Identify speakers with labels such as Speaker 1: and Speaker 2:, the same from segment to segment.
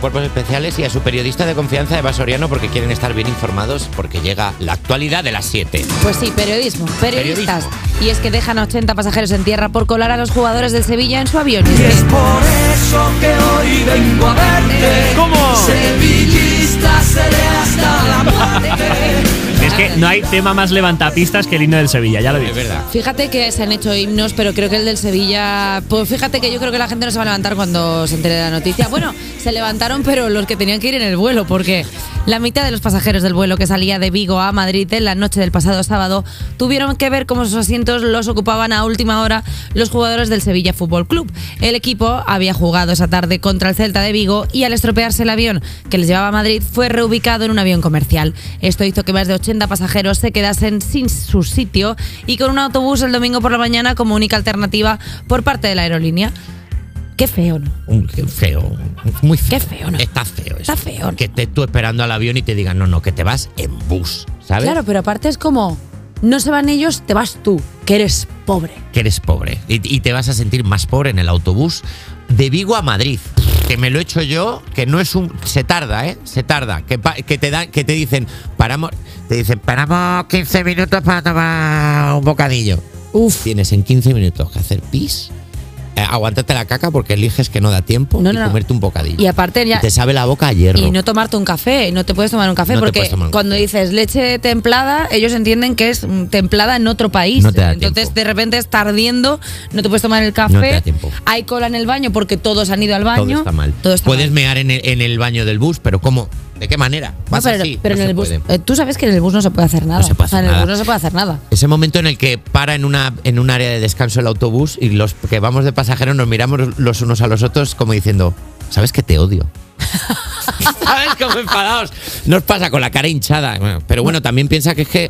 Speaker 1: Cuerpos Especiales y a su periodista de confianza, Eva Soriano, porque quieren estar bien informados porque llega la actualidad de las 7.
Speaker 2: Pues sí, periodismo, periodistas. Y es que dejan a 80 pasajeros en tierra por colar a los jugadores del Sevilla en su avión. Y es que-
Speaker 3: Por eso que hoy vengo a verte. ¿Cómo? Sevillista seré hasta la muerte.
Speaker 4: Es que no hay tema más levantapistas que el himno del Sevilla, ya lo digo.
Speaker 1: Es verdad.
Speaker 2: Fíjate que se han hecho himnos, pero creo que el del Sevilla. Pues fíjate que yo creo que la gente no se va a levantar cuando se entere de la noticia. Bueno, se levantaron, pero los que tenían que ir en el vuelo, porque la mitad de los pasajeros del vuelo que salía de Vigo a Madrid en la noche del pasado sábado tuvieron que ver cómo sus asientos los ocupaban a última hora los jugadores del Sevilla Fútbol Club. El equipo había jugado esa tarde contra el Celta de Vigo y al estropearse el avión que les llevaba a Madrid fue reubicado en un avión comercial. Esto hizo que más de 80 pasajeros se quedasen sin su sitio y con un autobús el domingo por la mañana como única alternativa por parte de la aerolínea. Qué feo, ¿no?
Speaker 1: Un- qué feo. Muy feo.
Speaker 2: Qué feo, ¿no?
Speaker 1: Está feo eso.
Speaker 2: Está feo, ¿no?
Speaker 1: Que estés tú esperando al avión y te digan, no, no, que te vas en bus, ¿sabes?
Speaker 2: Claro, pero aparte es como, no se van ellos, te vas tú, que eres pobre.
Speaker 1: que eres pobre y, y te vas a sentir más pobre en el autobús de Vigo a Madrid. Que me lo he hecho yo, que no es un. Se tarda, ¿eh? Se tarda. Que, pa- que, te, dan que te dicen, paramos. Te dicen, paramos 15 minutos para tomar un bocadillo. Uf. Tienes en 15 minutos que hacer pis, eh, aguantarte la caca porque eliges que no da tiempo
Speaker 2: No,
Speaker 1: y
Speaker 2: no, no.
Speaker 1: comerte un bocadillo.
Speaker 2: Y aparte ya-
Speaker 1: Y te sabe la boca a hierro.
Speaker 2: Y no tomarte un café, no te puedes tomar un café,
Speaker 1: No te
Speaker 2: porque
Speaker 1: puedes tomar un
Speaker 2: cuando
Speaker 1: café.
Speaker 2: dices leche templada, ellos entienden que es mm, templada en otro país.
Speaker 1: No te da
Speaker 2: Entonces
Speaker 1: tiempo.
Speaker 2: de repente está ardiendo, no te puedes tomar el café.
Speaker 1: No te da tiempo.
Speaker 2: Hay cola en el baño porque todos han ido al baño.
Speaker 1: todo está mal.
Speaker 2: Todo está
Speaker 1: Puedes
Speaker 2: mal.
Speaker 1: mear en el, en el baño del bus, pero ¿cómo? ¿De qué manera?
Speaker 2: No,
Speaker 1: Vas
Speaker 2: pero
Speaker 1: así,
Speaker 2: pero
Speaker 1: no
Speaker 2: en
Speaker 1: se
Speaker 2: el bus,
Speaker 1: puede.
Speaker 2: eh, tú sabes que en el bus no se puede hacer nada.
Speaker 1: No se puede
Speaker 2: O sea,
Speaker 1: hacer
Speaker 2: en el
Speaker 1: nada.
Speaker 2: bus no se puede hacer nada.
Speaker 1: Ese momento en el que para en una en un área de descanso el autobús y los que vamos de pasajeros nos miramos los unos a los otros como diciendo, ¿sabes que te odio? ¿Sabes cómo enfadados? Nos pasa con la cara hinchada. Bueno, Pero bueno, también piensa que es que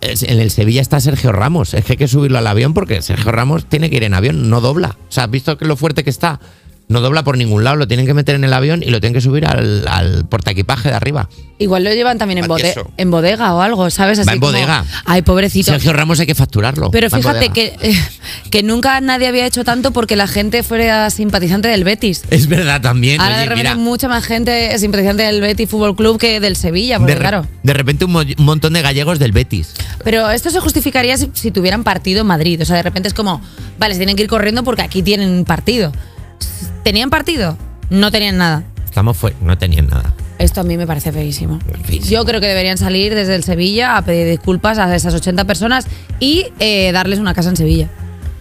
Speaker 1: eh, en el Sevilla está Sergio Ramos. Es que hay que subirlo al avión porque Sergio Ramos tiene que ir en avión, no dobla. O sea, ¿has visto que lo fuerte que está? No dobla por ningún lado, lo tienen que meter en el avión y lo tienen que subir al, al portaequipaje de arriba.
Speaker 2: Igual lo llevan también en,
Speaker 1: Al
Speaker 2: bode-
Speaker 1: tieso.
Speaker 2: en bodega o algo, ¿sabes? Así
Speaker 1: en
Speaker 2: como,
Speaker 1: bodega.
Speaker 2: Ay, pobrecito.
Speaker 1: Sergio Ramos hay que facturarlo.
Speaker 2: Pero
Speaker 1: Va en
Speaker 2: fíjate
Speaker 1: bodega.
Speaker 2: que, eh, que nunca nadie había hecho tanto porque la gente fuera simpatizante del Betis.
Speaker 1: Es verdad también.
Speaker 2: Ahora
Speaker 1: oye,
Speaker 2: de repente
Speaker 1: mira,
Speaker 2: mucha más gente es impresionante del Betis Fútbol Club que del Sevilla, porque
Speaker 1: de, re-
Speaker 2: claro.
Speaker 1: de repente un, mo- un montón de gallegos del Betis.
Speaker 2: Pero esto se justificaría si, si tuvieran partido en Madrid. O sea, de repente es como, vale, se tienen que ir corriendo porque aquí tienen partido. ¿Tenían partido? No tenían nada.
Speaker 1: Estamos fuera, no tenían nada.
Speaker 2: Esto a mí me parece feísimo.
Speaker 1: Feísimo.
Speaker 2: Yo creo que deberían salir desde el Sevilla a pedir disculpas a esas 80 personas y eh, darles una casa en Sevilla.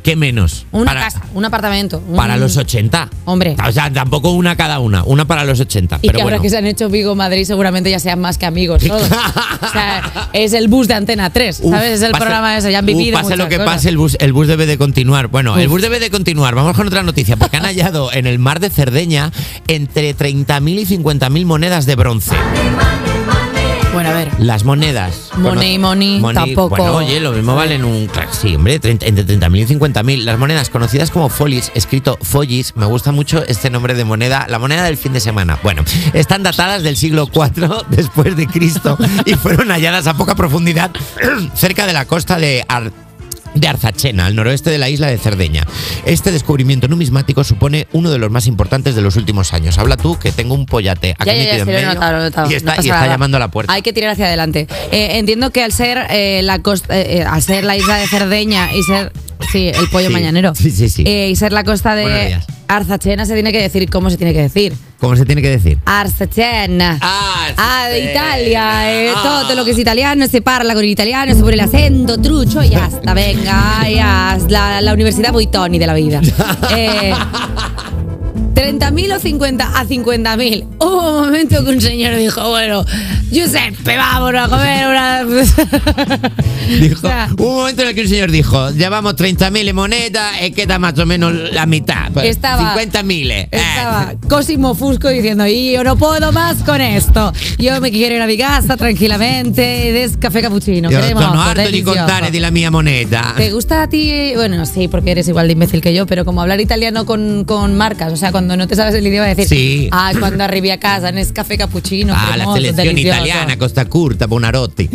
Speaker 1: ¿Qué menos?
Speaker 2: Una
Speaker 1: para,
Speaker 2: casa, un apartamento. un-
Speaker 1: Para los 80.
Speaker 2: Hombre.
Speaker 1: O sea, tampoco una cada una, una para los 80.
Speaker 2: Y
Speaker 1: pero
Speaker 2: que ahora
Speaker 1: bueno.
Speaker 2: que se han hecho Vigo Madrid seguramente ya sean más que amigos todos. o sea, es el bus de Antena 3,
Speaker 1: Uf,
Speaker 2: ¿sabes? Es el
Speaker 1: pase-
Speaker 2: programa ese, ya han
Speaker 1: Uf,
Speaker 2: vivido
Speaker 1: pase lo
Speaker 2: muchas
Speaker 1: que
Speaker 2: cosas.
Speaker 1: pase, el bus, el bus debe de continuar. Bueno, el bus debe de continuar. Vamos con otra noticia, porque han hallado en el mar de Cerdeña entre 30.000 y 50.000 monedas de bronce.
Speaker 2: Bueno, a ver.
Speaker 1: Las monedas.
Speaker 2: Money,
Speaker 1: Cono-
Speaker 2: money, tampoco.
Speaker 1: Bueno, oye, lo mismo valen un. claro, Sí, hombre, 30 entre 30.000 y 50.000. Las monedas conocidas como folies, escrito follis, me gusta mucho este nombre de moneda, la moneda del fin de semana. Bueno, están datadas del siglo IV después de Cristo y fueron halladas a poca profundidad cerca de la costa de Ar- de Arzacena, al noroeste de la isla de Cerdeña. Este descubrimiento numismático supone uno de los más importantes de los últimos años. Habla tú, que tengo un pollate aquí
Speaker 2: Ya, ya,
Speaker 1: metido
Speaker 2: ya,
Speaker 1: en
Speaker 2: sí, lo he
Speaker 1: medio
Speaker 2: notado, lo he notado.
Speaker 1: y
Speaker 2: No
Speaker 1: está,
Speaker 2: pasa
Speaker 1: y está
Speaker 2: nada.
Speaker 1: llamando a la puerta.
Speaker 2: Hay que tirar hacia adelante. Eh, entiendo que al ser eh, la costa, eh, eh, al ser la isla de Cerdeña y ser sí, el pollo
Speaker 1: Sí,
Speaker 2: mañanero.
Speaker 1: sí, sí, sí.
Speaker 2: eh, y ser la costa
Speaker 1: Buenos
Speaker 2: de
Speaker 1: días.
Speaker 2: Arzacena se tiene que decir cómo se tiene que decir.
Speaker 1: ¿Cómo se tiene que decir?
Speaker 2: Arzacena.
Speaker 1: Arzacena.
Speaker 2: Ah, de Italia. eh,
Speaker 1: Ah.
Speaker 2: Todo lo que es italiano se parla con el italiano, se pone el acento, trucho y hasta. Venga, ya. La, la Universidad Boitoni de la vida. Eh, 30.000 o 50 a 50.000. Hubo un momento que un señor dijo, bueno, Giuseppe, vámonos a comer una...
Speaker 1: Dijo,
Speaker 2: O sea,
Speaker 1: hubo un momento en el que un señor dijo, llevamos 30.000 en moneda, eh, queda más o menos la mitad. pues,
Speaker 2: Estaba-
Speaker 1: 50.000. eh.
Speaker 2: Estaba Cosimo Fusco diciendo, y yo no puedo más con esto. Yo me quiero ir a mi casa tranquilamente, des café cappuccino.
Speaker 1: Yo
Speaker 2: cremoso,
Speaker 1: sono harto eh, di
Speaker 2: delicioso".
Speaker 1: contare della mia moneta.
Speaker 2: ¿Te gusta a ti? Bueno, sí, porque eres igual de imbécil que yo, pero como hablar italiano con, con marcas, o sea, cuando no te sabes el idioma decir,
Speaker 1: Sí.
Speaker 2: ah, cuando arribi a casa, es café cappuccino,
Speaker 1: Ah, la
Speaker 2: cremoso,
Speaker 1: selección
Speaker 2: delicioso".
Speaker 1: italiana, Costa Curta, Bonarotti.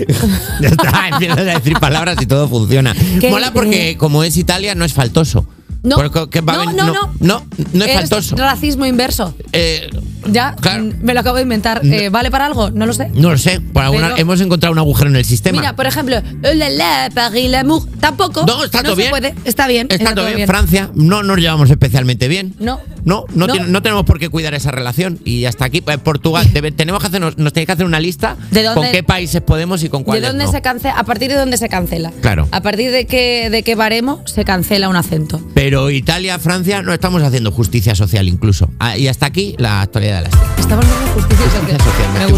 Speaker 1: ya está, eh, empiezas a decir palabras y todo funciona.
Speaker 2: ¿Qué
Speaker 1: Mola
Speaker 2: dices?
Speaker 1: porque como es Italia no es faltoso.
Speaker 2: No,
Speaker 1: Porque- que va a
Speaker 2: no,
Speaker 1: ven-
Speaker 2: no,
Speaker 1: no, no, no es faltoso.
Speaker 2: racismo inverso.
Speaker 1: Eh,
Speaker 2: Ya,
Speaker 1: Claro.
Speaker 2: mm, me lo acabo de inventar. Eh, ¿Vale para algo? No lo sé.
Speaker 1: No lo sé, por alguna,
Speaker 2: Pero-
Speaker 1: hemos encontrado un agujero en el sistema.
Speaker 2: Mira, por ejemplo, oh la la, Paris l'amour. Tampoco.
Speaker 1: No, está todo
Speaker 2: se
Speaker 1: bien.
Speaker 2: puede. Está bien.
Speaker 1: Está, todo bien. Francia, no nos llevamos especialmente bien.
Speaker 2: No.
Speaker 1: No, no,
Speaker 2: No.
Speaker 1: tiene- no tenemos por qué cuidar esa relación. Y hasta aquí, Eh, Portugal, debe- tenemos que hacernos, nos tenéis que hacer una lista
Speaker 2: ¿De dónde-
Speaker 1: con qué países podemos y con
Speaker 2: ¿De
Speaker 1: cuáles
Speaker 2: dónde
Speaker 1: no.
Speaker 2: se cancela? ¿A partir de dónde se cancela?
Speaker 1: Claro.
Speaker 2: A partir de qué, de qué baremo se cancela un acento.
Speaker 1: Pero Italia, Francia, no estamos haciendo justicia social incluso. Ah, y hasta aquí la actualidad de las
Speaker 2: Estamos viendo justicia social.
Speaker 1: Justicia social, me
Speaker 2: Me
Speaker 1: estoy